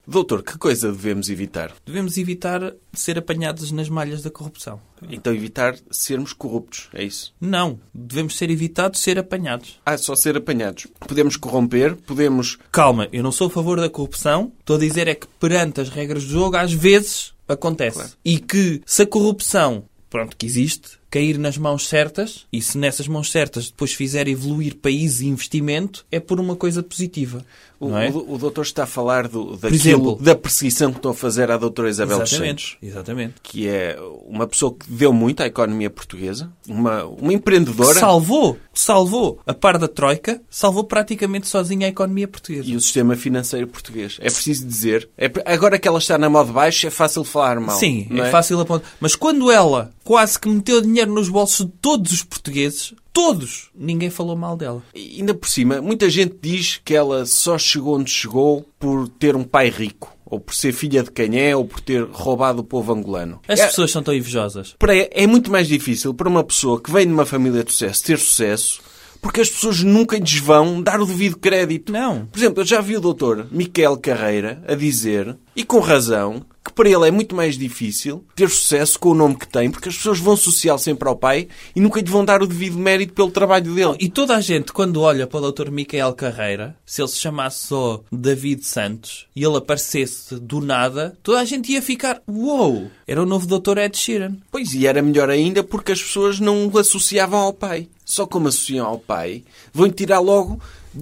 S2: Doutor, que coisa devemos evitar?
S3: Devemos evitar ser apanhados nas malhas da corrupção.
S2: Então evitar sermos corruptos, é isso.
S3: Não. Devemos ser evitados ser apanhados.
S2: Ah, só ser apanhados. Podemos corromper, podemos...
S3: Calma, eu não sou a favor da corrupção. Estou a dizer é que perante as regras do jogo, às vezes acontece. E que se a corrupção, pronto, que existe, cair nas mãos certas, e se nessas mãos certas depois fizer evoluir país e investimento, é por uma coisa positiva.
S2: O,
S3: não é?
S2: o- o doutor está a falar do, daquilo,
S3: exemplo.
S2: da perseguição que estão a fazer à doutora Isabel dos Santos.
S3: Exatamente. Exatamente.
S2: Que é uma pessoa que deu muito à economia portuguesa. Uma, uma empreendedora.
S3: Que salvou, salvou a par da Troika, salvou praticamente sozinha a economia portuguesa.
S2: E o sistema financeiro português. É preciso dizer. É, pre- agora que ela está na mão de baixo, é fácil falar mal.
S3: Sim,
S2: não
S3: é fácil apontar. Mas quando ela quase que meteu dinheiro dinheiro nos bolsos de todos os portugueses, todos, ninguém falou mal dela.
S2: E ainda por cima, muita gente diz que ela só chegou onde chegou por ter um pai rico, ou por ser filha de quem é, ou por ter roubado o povo angolano.
S3: As
S2: É-
S3: pessoas são tão invejosas.
S2: para- é muito mais difícil para uma pessoa que vem de uma família de sucesso ter sucesso, porque as pessoas nunca lhes vão dar o devido crédito.
S3: Não.
S2: Por exemplo, eu já vi o doutor Miquel Carreira a dizer, e com razão, que para ele é muito mais difícil ter sucesso com o nome que tem, porque as pessoas vão social sempre ao pai e nunca lhe vão dar o devido mérito pelo trabalho dele.
S3: E toda a gente, quando olha para o Dr. Micael Carreira, se ele se chamasse só David Santos e ele aparecesse do nada, toda a gente ia ficar, uou, era o novo Dr. Ed Sheeran.
S2: Pois, e era melhor ainda porque as pessoas não o associavam ao pai. Só como associam ao pai, vão tirar logo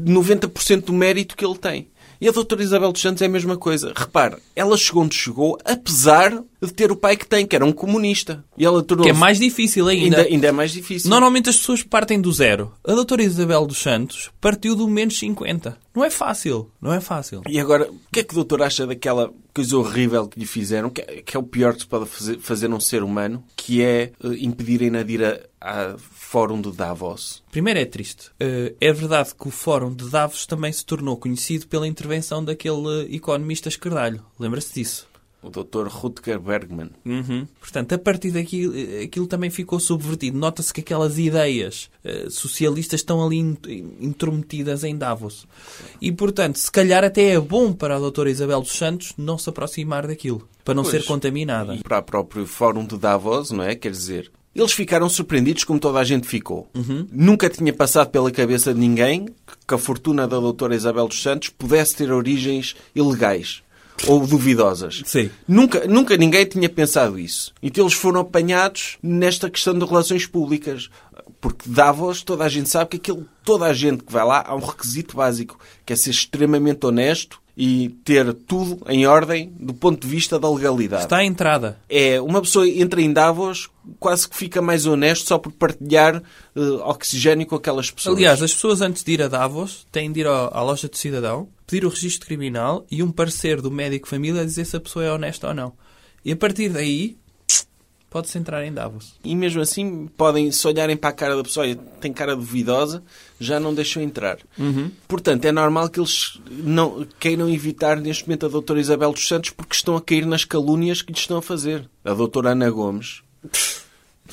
S2: 90% do mérito que ele tem. E a doutora Isabel dos Santos é a mesma coisa. Repare, ela chegou onde chegou, apesar de ter o pai que tem, que era um comunista. E ela tornou
S3: Que é mais difícil ainda.
S2: ainda, ainda é mais difícil.
S3: Normalmente as pessoas partem do zero. A doutora Isabel dos Santos partiu do menos 50. Não é fácil. Não é fácil.
S2: E agora, o que é que o doutor acha daquela coisa horrível que lhe fizeram, que é, que é o pior que se pode fazer, fazer a um ser humano, que é eh, impedirem-na de ir a, a Fórum de Davos?
S3: Primeiro é triste. Eh, é verdade que o Fórum de Davos também se tornou conhecido pela intervenção daquele eh, economista escardalho. Lembra-se disso?
S2: O doutor Rutger Bergman. Uhum.
S3: Portanto, a partir daqui eh, aquilo também ficou subvertido. Nota-se que aquelas ideias eh, socialistas estão ali in- intrometidas em Davos. E, portanto, se calhar até é bom para a doutora Isabel dos Santos não se aproximar daquilo, para não
S2: Pois.
S3: ser contaminada.
S2: E para o próprio Fórum de Davos, não é? Quer dizer, eles ficaram surpreendidos como toda a gente ficou. Nunca tinha passado pela cabeça de ninguém que a fortuna da doutora Isabel dos Santos pudesse ter origens ilegais ou duvidosas.
S3: Sim.
S2: Nunca, nunca ninguém tinha pensado isso. Então eles foram apanhados nesta questão de relações públicas. Porque Davos, toda a gente sabe que aquilo, toda a gente que vai lá, há um requisito básico, que é ser extremamente honesto e ter tudo em ordem do ponto de vista da legalidade.
S3: Está à entrada.
S2: É, uma pessoa entra em Davos, quase que fica mais honesto só por partilhar eh, oxigênio com aquelas pessoas.
S3: Aliás, as pessoas antes de ir a Davos têm de ir ao- à loja do cidadão, pedir o registro criminal e um parecer do médico família a dizer se a pessoa é honesta ou não. E a partir daí, pode-se entrar em Davos.
S2: E mesmo assim, podem, se olharem para a cara da pessoa, olha, tem cara duvidosa, já não deixam entrar.
S3: Uhum.
S2: Portanto, é normal que eles não, queiram evitar neste momento a doutora Isabel dos Santos porque estão a cair nas calúnias que lhe estão a fazer. A doutora Ana Gomes.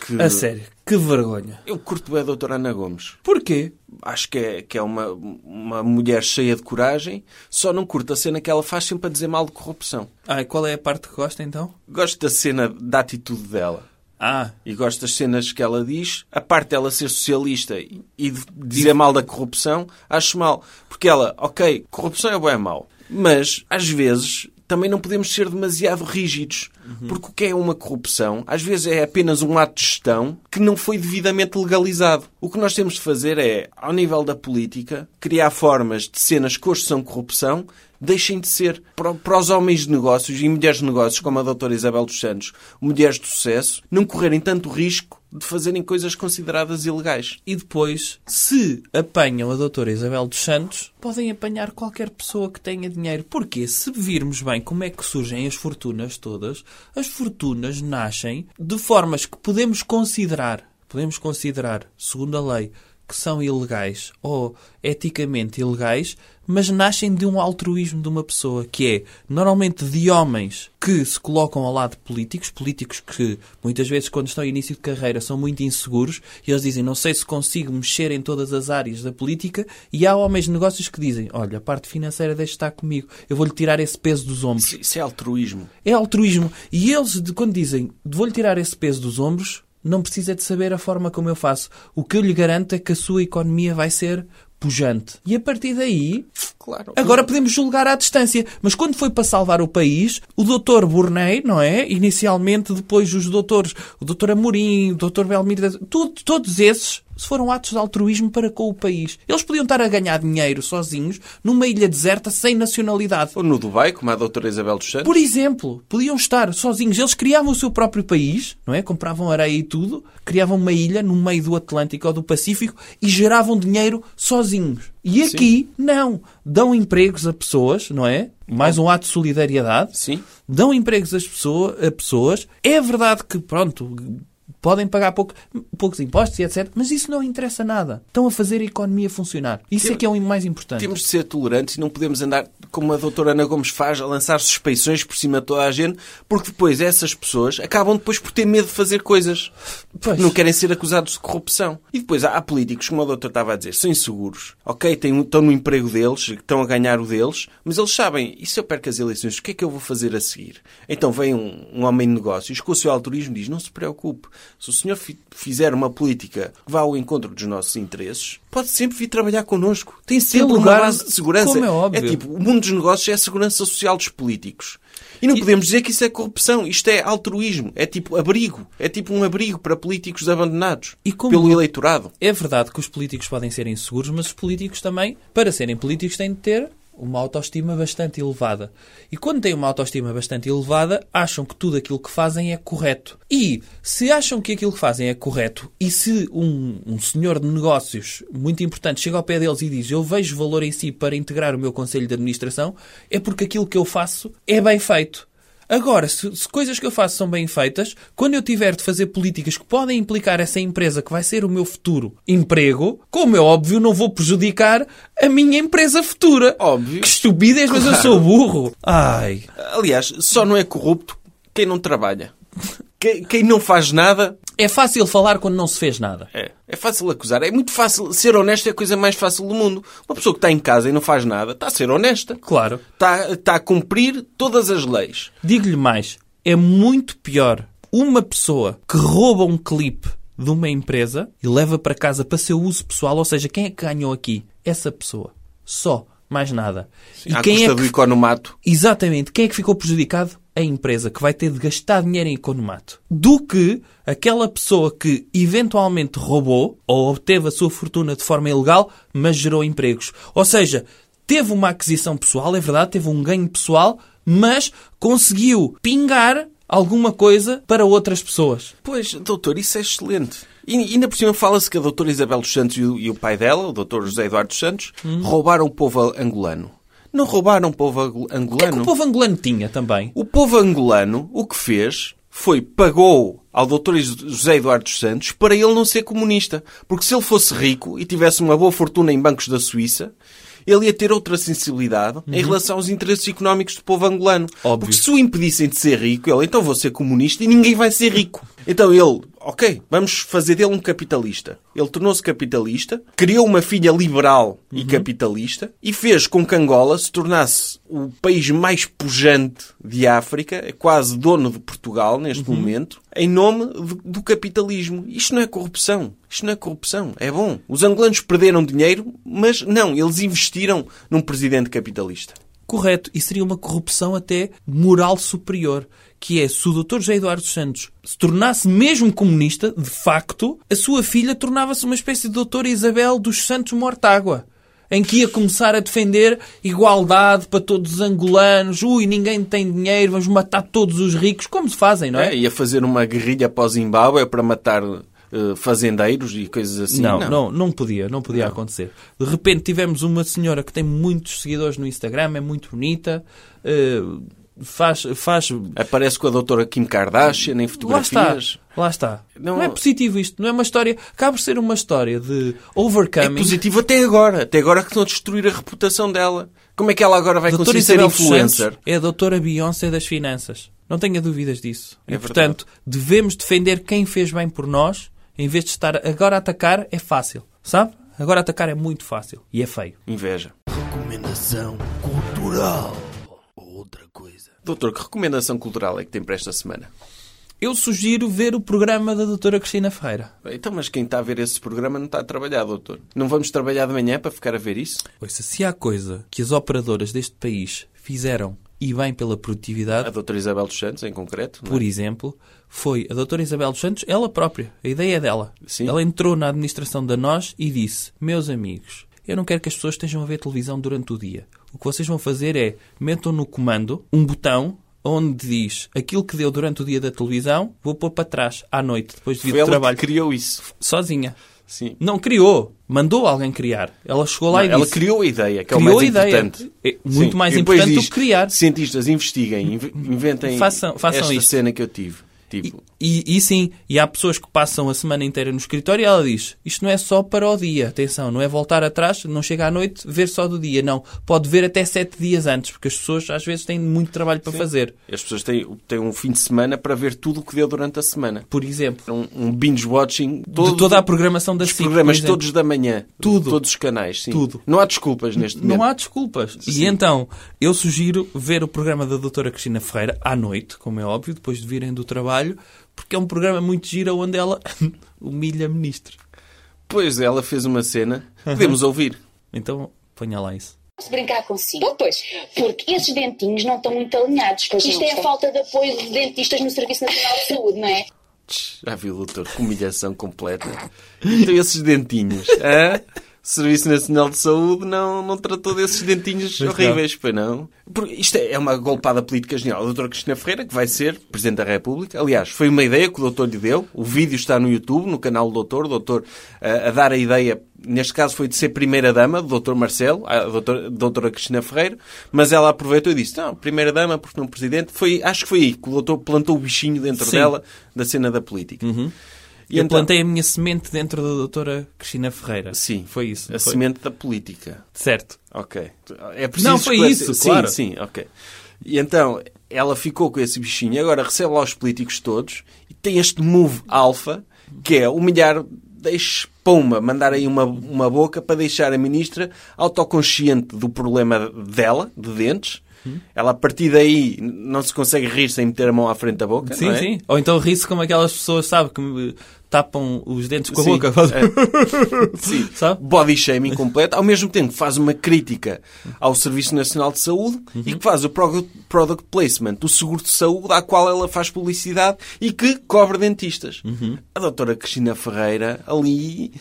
S2: que-
S3: A sério, que vergonha.
S2: Eu curto bem a doutora Ana Gomes.
S3: Porquê?
S2: Acho que é, que é uma, uma mulher cheia de coragem, só não curto a cena que ela faz sempre a dizer mal de corrupção.
S3: Ai, qual é a parte que gosta então?
S2: Gosto da cena da atitude dela.
S3: Ah,
S2: E gosto das cenas que ela diz. A parte dela ser socialista e de dizer mal da corrupção, acho mal. Porque ela, ok, corrupção é bom, é mau. Mas, às vezes, também não podemos ser demasiado rígidos. Porque o que é uma corrupção, às vezes é apenas um ato de gestão que não foi devidamente legalizado. O que nós temos de fazer é, ao nível da política, criar formas de cenas que hoje são corrupção deixem de ser. Para, para os homens de negócios e mulheres de negócios, como a doutora Isabel dos Santos, mulheres de sucesso, não correrem tanto risco de fazerem coisas consideradas ilegais.
S3: e depois, se apanham a doutora Isabel dos Santos, podem apanhar qualquer pessoa que tenha dinheiro. Porque se virmos bem como é que surgem as fortunas todas, as fortunas nascem de formas que podemos considerar, podemos considerar, segundo a lei, que são ilegais ou eticamente ilegais, mas nascem de um altruísmo de uma pessoa, que é normalmente de homens que se colocam ao lado de políticos, políticos que muitas vezes, quando estão em início de carreira, são muito inseguros e eles dizem: Não sei se consigo mexer em todas as áreas da política. E há homens de negócios que dizem: Olha, a parte financeira deixa estar comigo, eu vou-lhe tirar esse peso dos ombros.
S2: Isso, isso é altruísmo.
S3: É altruísmo. E eles, de- quando dizem vou-lhe tirar esse peso dos ombros, não precisa de saber a forma como eu faço. O que eu lhe garanto é que a sua economia vai ser pujante. E a partir daí,
S2: Claro.
S3: agora podemos julgar à distância. Mas quando foi para salvar o país, o doutor Burney, não é? Inicialmente, depois os doutores, o doutor Amorim, o doutor Belmiro, tu- todos esses foram atos de altruísmo para com o país. Eles podiam estar a ganhar dinheiro sozinhos numa ilha deserta sem nacionalidade.
S2: Ou no Dubai, como a doutora Isabel dos Santos.
S3: Por exemplo, podiam estar sozinhos. Eles criavam o seu próprio país, não é? Compravam areia e tudo, criavam uma ilha no meio do Atlântico ou do Pacífico e geravam dinheiro sozinhos. E aqui, não. Dão empregos a pessoas, não é? Mais um ato de solidariedade.
S2: Sim.
S3: Dão empregos às pessoas, a pessoas. É verdade que, pronto, podem pagar pouco- poucos impostos e etc. Mas isso não interessa nada. Estão a fazer a economia funcionar. Isso é que é o mais importante.
S2: Temos de ser tolerantes e não podemos andar, como a doutora Ana Gomes faz, a lançar suspeições por cima de toda a gente, porque depois essas pessoas acabam depois por ter medo de fazer coisas.
S3: Pois.
S2: Não querem ser acusados de corrupção. E depois há, há políticos, como a doutora estava a dizer, são inseguros. Ok, têm um- estão no emprego deles, estão a ganhar o deles, mas eles sabem, e se eu perco as eleições, o que é que eu vou fazer a seguir? Então vem um, um homem de negócios com o seu altruísmo e diz, não se preocupe, se o senhor fi- fizer uma política que vá ao encontro dos nossos interesses, pode sempre vir trabalhar connosco. Tem sempre
S3: lugar,
S2: uma base de segurança.
S3: como é óbvio.
S2: tipo, o mundo dos negócios é a segurança social dos políticos. E não podemos dizer que isso é corrupção. Isto é altruísmo. É tipo abrigo. É tipo um abrigo para políticos abandonados
S3: E como-
S2: pelo eleitorado.
S3: É verdade que os políticos podem ser inseguros, mas os políticos também, para serem políticos, têm de ter uma autoestima bastante elevada. E quando têm uma autoestima bastante elevada, acham que tudo aquilo que fazem é correto. E se acham que aquilo que fazem é correto, e se um, um senhor de negócios muito importante chega ao pé deles e diz eu vejo valor em si para integrar o meu conselho de administração, é porque aquilo que eu faço é bem feito. Agora, se, se coisas que eu faço são bem feitas, quando eu tiver de fazer políticas que podem implicar essa empresa que vai ser o meu futuro emprego, como é óbvio, não vou prejudicar a minha empresa futura.
S2: Óbvio.
S3: Que estupidez, mas eu sou burro. Ai.
S2: Aliás, só não é corrupto quem não trabalha. Quem, quem não faz nada
S3: É fácil falar quando não se fez nada.
S2: É. É fácil acusar. É muito fácil. Ser honesto é a coisa mais fácil do mundo. Uma pessoa que está em casa e não faz nada está a ser honesta.
S3: Claro.
S2: Está, está a cumprir todas as leis.
S3: Digo-lhe mais, é muito pior uma pessoa que rouba um clipe de uma empresa e leva para casa para seu uso pessoal, ou seja, quem é que ganhou aqui? Essa pessoa. Só. Mais nada. e
S2: à
S3: quem
S2: custa
S3: é
S2: do
S3: que
S2: economato.
S3: Exatamente. Quem é que ficou prejudicado? A empresa, que vai ter de gastar dinheiro em economato. Do que aquela pessoa que eventualmente roubou ou obteve a sua fortuna de forma ilegal, mas gerou empregos. Ou seja, teve uma aquisição pessoal, é verdade, teve um ganho pessoal, mas conseguiu pingar alguma coisa para outras pessoas.
S2: Pois, doutor, isso é excelente. E e ainda por cima fala-se que a doutora Isabel dos Santos e o, e o pai dela, o doutor José Eduardo dos Santos, roubaram o povo angolano. Não roubaram o povo ango-
S3: O que é que
S2: angolano.
S3: o povo angolano tinha também?
S2: O povo angolano o que fez foi pagou ao doutor José Eduardo dos Santos para ele não ser comunista. Porque se ele fosse rico e tivesse uma boa fortuna em bancos da Suíça, ele ia ter outra sensibilidade
S3: Uhum.
S2: em relação aos interesses económicos do povo angolano.
S3: Óbvio.
S2: Porque se o impedissem de ser rico, ele, então vou ser comunista e ninguém vai ser rico. Então ele, ok, vamos fazer dele um capitalista. Ele tornou-se capitalista, criou uma filha liberal e capitalista e fez com que Angola se tornasse o país mais pujante de África, é quase dono de Portugal neste momento, em nome do- do capitalismo. Isto não é corrupção. Isto não é corrupção. É bom. Os angolanos perderam dinheiro, mas não, eles investiram num presidente capitalista.
S3: Correto, e seria uma corrupção até moral superior, que é se o Dr. José Eduardo dos Santos se tornasse mesmo comunista, de facto, a sua filha tornava-se uma espécie de Doutora Isabel dos Santos Mortágua, em que ia começar a defender igualdade para todos os angolanos, ui, ninguém tem dinheiro, vamos matar todos os ricos, como se fazem, não é?
S2: É, ia fazer uma guerrilha para o Zimbábue para matar eh, fazendeiros e coisas assim.
S3: não, não, não, podia, não podia acontecer. De repente tivemos uma senhora que tem muitos seguidores no Instagram, é muito bonita, eh, faz, faz
S2: Aparece com a doutora Kim Kardashian em
S3: Lá
S2: fotografias.
S3: está. Lá está. Não...
S2: Não-
S3: é positivo isto. Não é uma história. Acaba por ser uma história de overcoming.
S2: É positivo até agora. Até agora é que estão a destruir a reputação dela. Como é que ela agora vai
S3: Doutora
S2: conseguir ser
S3: Isabel dos
S2: influencer?
S3: Santos é a doutora Beyoncé das finanças. Não tenha dúvidas disso. e,
S2: É
S3: portanto, devemos defender quem fez bem por nós, em vez de estar agora a atacar, é fácil. Sabe? Agora atacar é muito fácil. E é feio.
S2: Inveja.
S1: Recomendação cultural. Ou outra coisa.
S2: Doutor, que recomendação cultural é que tem para esta semana?
S3: Eu sugiro ver o programa da doutora Cristina Ferreira.
S2: Então, mas quem está a ver esse programa não está a trabalhar, doutor. Não vamos trabalhar de manhã para ficar a ver isso?
S3: Ouça, se há coisa que as operadoras deste país fizeram e bem pela produtividade,
S2: A doutora Isabel dos Santos, em concreto. não é?
S3: por exemplo, foi a doutora Isabel dos Santos, ela própria, a ideia é dela.
S2: Sim.
S3: Ela entrou na administração da Nós e disse, meus amigos, eu não quero que as pessoas estejam a ver televisão durante o dia. O que vocês vão fazer é, metam no comando um botão onde diz aquilo que deu durante o dia da televisão, vou pôr para trás à noite, depois de vir
S2: Foi
S3: do
S2: ela
S3: trabalho,
S2: que criou isso.
S3: sozinha.
S2: Sim.
S3: Não criou, mandou alguém criar. Ela chegou lá e
S2: ela
S3: disse...
S2: criou a ideia, que é o
S3: Criou
S2: mais
S3: a ideia.
S2: importante.
S3: É muito mais
S2: E depois
S3: importante do
S2: diz,
S3: que criar.
S2: Cientistas investiguem, inv- inventem
S3: Façam- façam
S2: esta
S3: isto.
S2: cena que eu tive. Tipo,
S3: E, e sim, e há pessoas que passam a semana inteira no escritório e ela diz: Isto não é só para o dia, atenção, não é voltar atrás, não chega à noite, ver só do dia, não. Pode ver até sete dias antes, porque as pessoas às vezes têm muito trabalho para fazer,
S2: as pessoas têm, têm um fim de semana para ver tudo o que deu durante a semana.
S3: por exemplo.
S2: Um, um binge-watching
S3: de toda a programação da
S2: Os
S3: SIC, por
S2: programas
S3: exemplo.
S2: todos da manhã.
S3: Tudo.
S2: Todos os canais, sim.
S3: Tudo.
S2: Não há desculpas neste momento.
S3: Não há desculpas. E então, eu sugiro ver o programa da doutora Cristina Ferreira à noite, como é óbvio, depois de virem do trabalho, porque é um programa muito giro onde ela humilha ministro.
S2: Pois ela fez uma cena. Podemos ouvir.
S3: Então, ponha lá isso.
S4: Posso brincar consigo?
S5: Então, pois,
S4: Porque esses dentinhos não estão muito alinhados.
S5: Pois
S4: Isto
S5: não
S4: é a
S5: estão.
S4: falta de apoio de dentistas no Serviço Nacional de Saúde, não é?
S2: Tch, Já viu, doutor? Que humilhação completa. Então esses dentinhos. hã? O Serviço Nacional de Saúde não, não tratou desses dentinhos
S3: não.
S2: horríveis, pois não? Porque isto é uma golpada política genial. A doutora Cristina Ferreira, que vai ser Presidente da República, aliás, foi uma ideia que o doutor lhe deu. O vídeo está no YouTube, no canal do doutor. O doutor ah, a dar a ideia, neste caso foi de ser Primeira-Dama, do doutor Marcelo, a doutor, doutora Cristina Ferreira, mas ela aproveitou e disse, não, Primeira-Dama, porque não Presidente. Foi, acho que foi aí que o doutor plantou o bichinho dentro
S3: Sim.
S2: dela da cena da política.
S3: E
S2: Então-
S3: eu plantei a minha semente dentro da doutora Cristina Ferreira.
S2: Sim,
S3: Foi isso.
S2: A
S3: não foi?
S2: semente da política.
S3: Certo.
S2: Ok. É preciso
S3: Não, foi
S2: esclarecer-
S3: isso,
S2: sim,
S3: claro.
S2: Sim, ok. E então, ela ficou com esse bichinho. e Agora recebe lá os políticos todos e tem este move alfa, que é humilhar, deixe pomba, mandar aí uma, uma boca para deixar a ministra autoconsciente do problema dela, de dentes.
S3: Hum.
S2: Ela, a partir daí, não se consegue rir sem meter a mão à frente da boca.
S3: Sim,
S2: não é?
S3: sim. Ou então ri-se como aquelas pessoas, sabe, que me tapam os dentes com a
S2: Sim.
S3: boca.
S2: É. Sim.
S3: Sabe?
S2: Body shaming completo. Ao mesmo tempo que faz uma crítica ao Serviço Nacional de Saúde e que faz o prog- product placement do seguro de saúde à qual ela faz publicidade e que cobre dentistas. A doutora Cristina Ferreira ali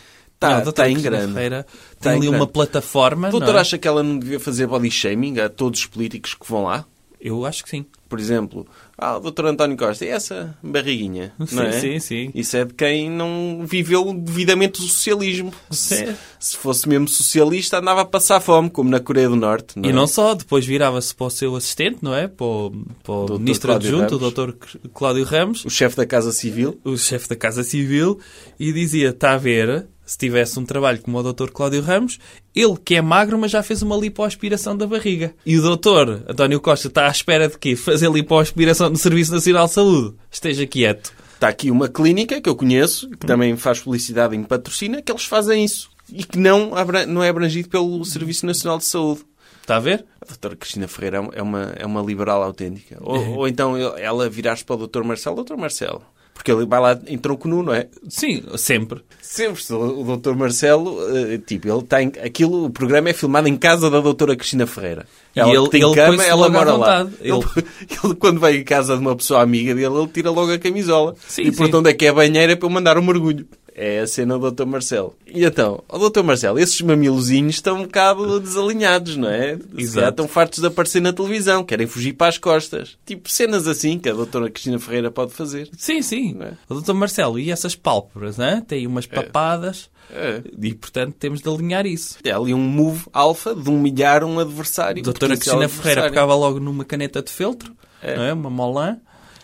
S3: Não, a
S2: está
S3: doutora
S2: tá em
S3: Cristina
S2: grande.
S3: Ferreira
S2: Tá
S3: tem
S2: em
S3: ali
S2: grande.
S3: uma plataforma.
S2: A
S3: não
S2: doutora
S3: é?
S2: acha que ela não devia fazer body shaming a todos os políticos que vão lá?
S3: Eu acho que sim.
S2: Por exemplo, ah, o doutor António Costa, e essa barriguinha?
S3: Sim,
S2: não é?
S3: sim, sim.
S2: Isso é de quem não viveu devidamente o socialismo.
S3: Sim.
S2: Se, se fosse mesmo socialista, andava a passar fome, como na Coreia do Norte. Não é?
S3: E não só, depois virava-se para o seu assistente, não é? Para o, para o
S2: Doutor
S3: ministro
S2: Cláudio
S3: adjunto,
S2: Ramos.
S3: o Dr. Cláudio Ramos,
S2: O chefe da Casa Civil.
S3: o chefe da Casa Civil, e dizia: está a ver, se tivesse um trabalho como o Dr. Cláudio Ramos, ele que é magro, mas já fez uma lipoaspiração da barriga. E o Dr. António Costa está à espera de quê? Fazer lipoaspiração no Serviço Nacional de Saúde. Esteja quieto.
S2: Está aqui uma clínica que eu conheço,
S3: Hum.
S2: que também faz publicidade em patrocina, que eles fazem isso. E que não, abra- não é abrangido pelo Serviço Nacional de Saúde.
S3: Está Tá a ver?
S2: A doutora Cristina Ferreira é um- é uma, é uma liberal autêntica.
S3: É.
S2: Ou, ou então eu- ela virar-se para o doutor Marcelo. Doutor Marcelo. Porque ele vai lá em tronco nu, não é?
S3: Sim, sempre.
S2: Sempre. se O o Dr. Marcelo, eh, tipo, ele tem aquilo, o programa é filmado em casa da Doutora Cristina Ferreira.
S3: E ele- ele põe-se logo à vontade.
S2: Ele... ele, quando vai em casa de uma pessoa amiga dele, ele tira logo a camisola.
S3: Sim,
S2: e por
S3: sim.
S2: onde é que é a banheira para eu mandar um mergulho. É a cena do Dr. Marcelo. E então, ó Dr. Marcelo, esses mamilozinhos estão um bocado desalinhados, não é? Se calhar
S3: Exato.
S2: estão fartos de aparecer na televisão, querem fugir para as costas. Tipo, cenas assim que a Doutora Cristina Ferreira pode fazer.
S3: Sim, sim.
S2: Não é?
S3: O doutor Marcelo, e essas pálpebras, né? tem umas papadas.
S2: É.
S3: E, portanto, temos de alinhar isso.
S2: É ali um move alfa de humilhar um adversário.
S3: Doutora
S2: potencial
S3: Cristina Ferreira
S2: adversário.
S3: pegava logo numa caneta de feltro, não é? uma molã,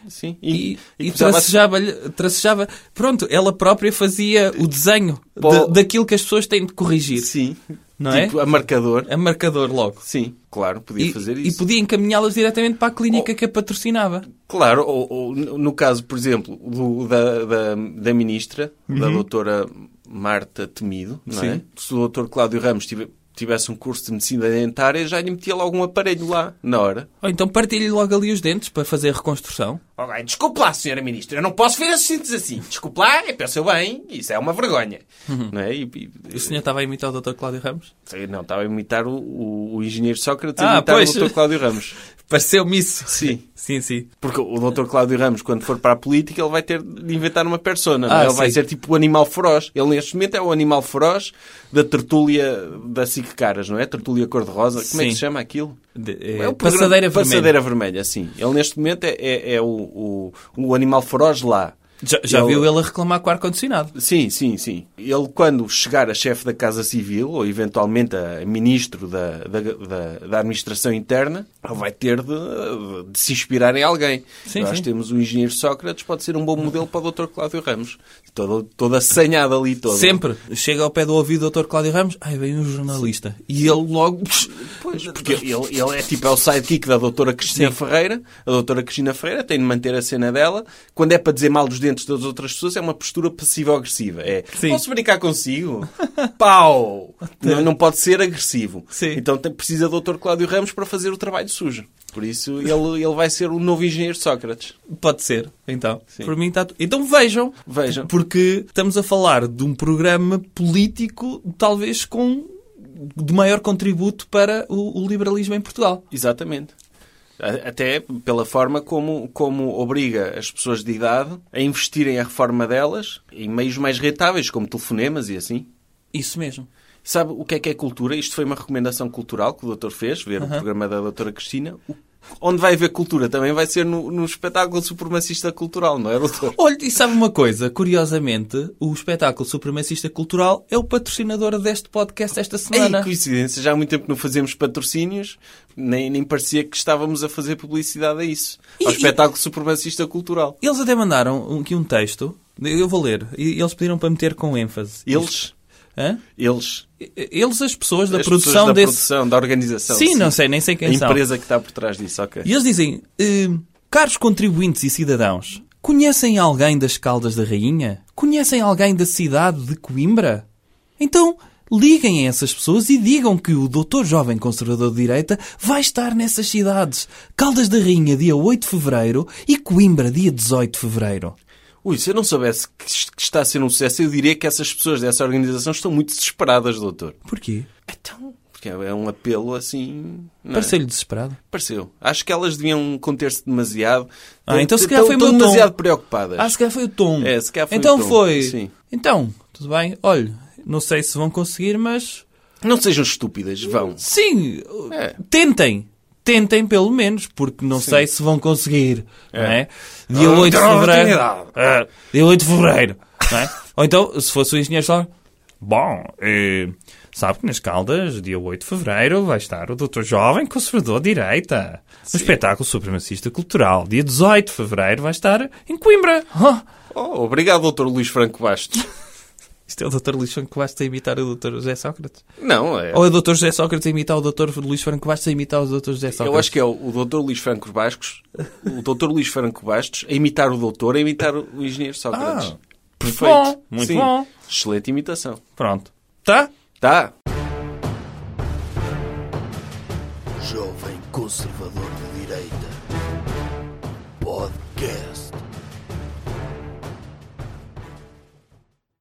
S2: Sim.
S3: e, e,
S2: começava a-
S3: tracejava, tracejava. Pronto, ela própria fazia o desenho
S2: Pô.
S3: de- daquilo que as pessoas têm de corrigir.
S2: Sim.
S3: Não
S2: tipo, a marcador.
S3: A marcador logo.
S2: Sim, claro, podia
S3: E,
S2: fazer
S3: e
S2: isso. Oh.
S3: podia encaminhá-las diretamente para a clínica que a patrocinava.
S2: Claro, ou, ou no caso, por exemplo, do- da, da, da ministra, da doutora Marta Temido, não é?
S3: Uhum. Sim.
S2: Se o doutor Cláudio Ramos tive- tivesse um curso de medicina dentária, já lhe metia logo um aparelho lá, na hora.
S3: Ou então partilhe logo ali os dentes para fazer a reconstrução.
S2: Ok, desculpe lá, senhora ministra, eu não posso ver assuntos assim. Desculpe lá, é para o seu bem, isso é uma vergonha. Não é? E- e-
S3: Uhum. O senhor estava a imitar o Dr. Cláudio Ramos?
S2: Sei, Não, estava a imitar o, o, o engenheiro Sócrates a
S3: Ah,
S2: imitar
S3: pois.
S2: o Dr. Cláudio Ramos.
S3: Pareceu-me isso.
S2: Sim.
S3: Sim, sim.
S2: Porque o Dr. Cláudio Ramos, quando for para a política, ele vai ter de inventar uma persona. não é?
S3: Ah,
S2: ele vai
S3: sim.
S2: ser tipo o animal feroz. Ele, neste momento, é o animal feroz da tertúlia da Cic Caras, não é? Tertúlia cor-de-rosa. Como é que
S3: Sim.
S2: se chama aquilo?
S3: De- eh,
S2: É o programa-
S3: passadeira vermelha.
S2: Passadeira vermelha, sim. Ele, neste momento, é, é, é o, o, o animal feroz lá.
S3: Já, já
S2: Ele-
S3: viu ele a reclamar com o ar-condicionado.
S2: Sim, sim, sim. Ele, quando chegar a chefe da Casa Civil, ou eventualmente a ministro da, da, da, da Administração Interna, ele vai ter de, de se inspirar em alguém.
S3: Sim,
S2: Nós
S3: sim.
S2: temos o engenheiro Sócrates, pode ser um bom modelo para o Dr. Cláudio Ramos. Todo, todo assanhado ali, todo.
S3: Sempre chega ao pé do ouvido o Dr. Cláudio Ramos, aí vem um jornalista. E ele logo.
S2: Pois, porque ele, ele é tipo é o sidekick da doutora Cristina Ferreira. A doutora Cristina Ferreira tem de manter a cena dela. Quando é para dizer mal dos dentes das outras pessoas, é uma postura passivo-agressiva. É,
S3: Sim.
S2: posso brincar consigo? Pau! Não, não pode ser agressivo.
S3: Sim.
S2: Então tem, precisa do doutor Cláudio Ramos para fazer o trabalho sujo. Por isso, ele, ele vai ser o novo engenheiro Sócrates.
S3: Pode ser, então. Por mim está. tu- Então vejam.
S2: Vejam.
S3: Porque estamos a falar de um programa político, talvez com. de maior contributo para o, o liberalismo em Portugal.
S2: Exatamente. A- Até pela forma como, como obriga as pessoas de idade a investirem a reforma delas em meios mais rentáveis, como telefonemas e assim.
S3: Isso mesmo.
S2: Sabe o que é que é cultura? Isto foi uma recomendação cultural que o doutor fez, ver o programa da doutora Cristina. O- Onde vai haver cultura também vai ser no, no espetáculo supremacista cultural, não é, doutor?
S3: Olha, e sabe uma coisa? Curiosamente, o espetáculo Supremacista Cultural é o patrocinador deste podcast esta
S2: Ei,
S3: semana.
S2: coincidência, já há muito tempo não fazemos patrocínios, nem, nem parecia que estávamos a fazer publicidade a isso. Ao
S3: E- e-
S2: espetáculo supremacista cultural.
S3: Eles até mandaram um- aqui um texto. Eu vou ler. E eles pediram para meter com ênfase.
S2: Eles,
S3: Hã?
S2: eles,
S3: Eles, as pessoas da
S2: as
S3: produção
S2: pessoas da
S3: desse.
S2: produção, da organização.
S3: Sim, não sei, nem sei
S2: A
S3: quem são.
S2: empresa que está por trás disso, ok.
S3: E eles dizem: "Hum, Caros contribuintes e cidadãos, conhecem alguém das Caldas da Rainha? Conhecem alguém da cidade de Coimbra? Então liguem a essas pessoas e digam que o doutor jovem conservador de direita vai estar nessas cidades. Caldas da Rainha, dia 8 de fevereiro e Coimbra, dia 18 de fevereiro.
S2: Ui, se eu não soubesse que isto que está a ser um sucesso, eu diria que essas pessoas dessa organização estão muito desesperadas, doutor.
S3: Porquê?
S2: Então? Porque é um apelo assim. não é?
S3: Pareceu-lhe desesperado.
S2: Pareceu. Acho que elas deviam conter-se demasiado.
S3: Ah, então se
S2: Estão-
S3: calhar foi o
S2: estão
S3: meu tom.
S2: demasiado preocupadas.
S3: Ah, se calhar foi o tom.
S2: É, se calhar foi
S3: então
S2: o tom.
S3: foi.
S2: Sim.
S3: Então, tudo bem. Olha, não sei se vão conseguir, mas
S2: Não sejam estúpidas, vão.
S3: Sim,
S2: É.
S3: tentem. Tentem pelo menos, porque não sei se vão conseguir. Não é? Dia
S2: Ah,
S3: 8 de
S2: terão a
S3: fevereiro.
S2: oportunidade.
S3: Ah, dia 8 de fevereiro. não é? Ou então, se fosse o engenheiro só. Bom, eh, sabe que nas Caldas, dia 8 de fevereiro, vai estar o Dr. Jovem Conservador de Direita. Um espetáculo supremacista cultural. Dia 18 de fevereiro vai estar em Coimbra. Oh,
S2: Oh, obrigado, doutor Luís Franco Bastos.
S3: isto é o Dr. Luís Franco Bastos a imitar o Dr. José Sócrates.
S2: Não, é.
S3: Ou é o Dr. José Sócrates a imitar o Dr. Luís Franco Bastos a imitar o Dr. José Sócrates.
S2: Eu acho que é o, o doutor Luís Franco Bastos, o doutor Luís Franco Bastos, a imitar o doutor, a imitar o o engenheiro Sócrates.
S3: Ah,
S2: Perfeito.
S3: bom, muito
S2: Sim.
S3: bom.
S2: Excelente imitação.
S3: Pronto. Tá?
S2: Tá.
S1: Jovem conservador de direita.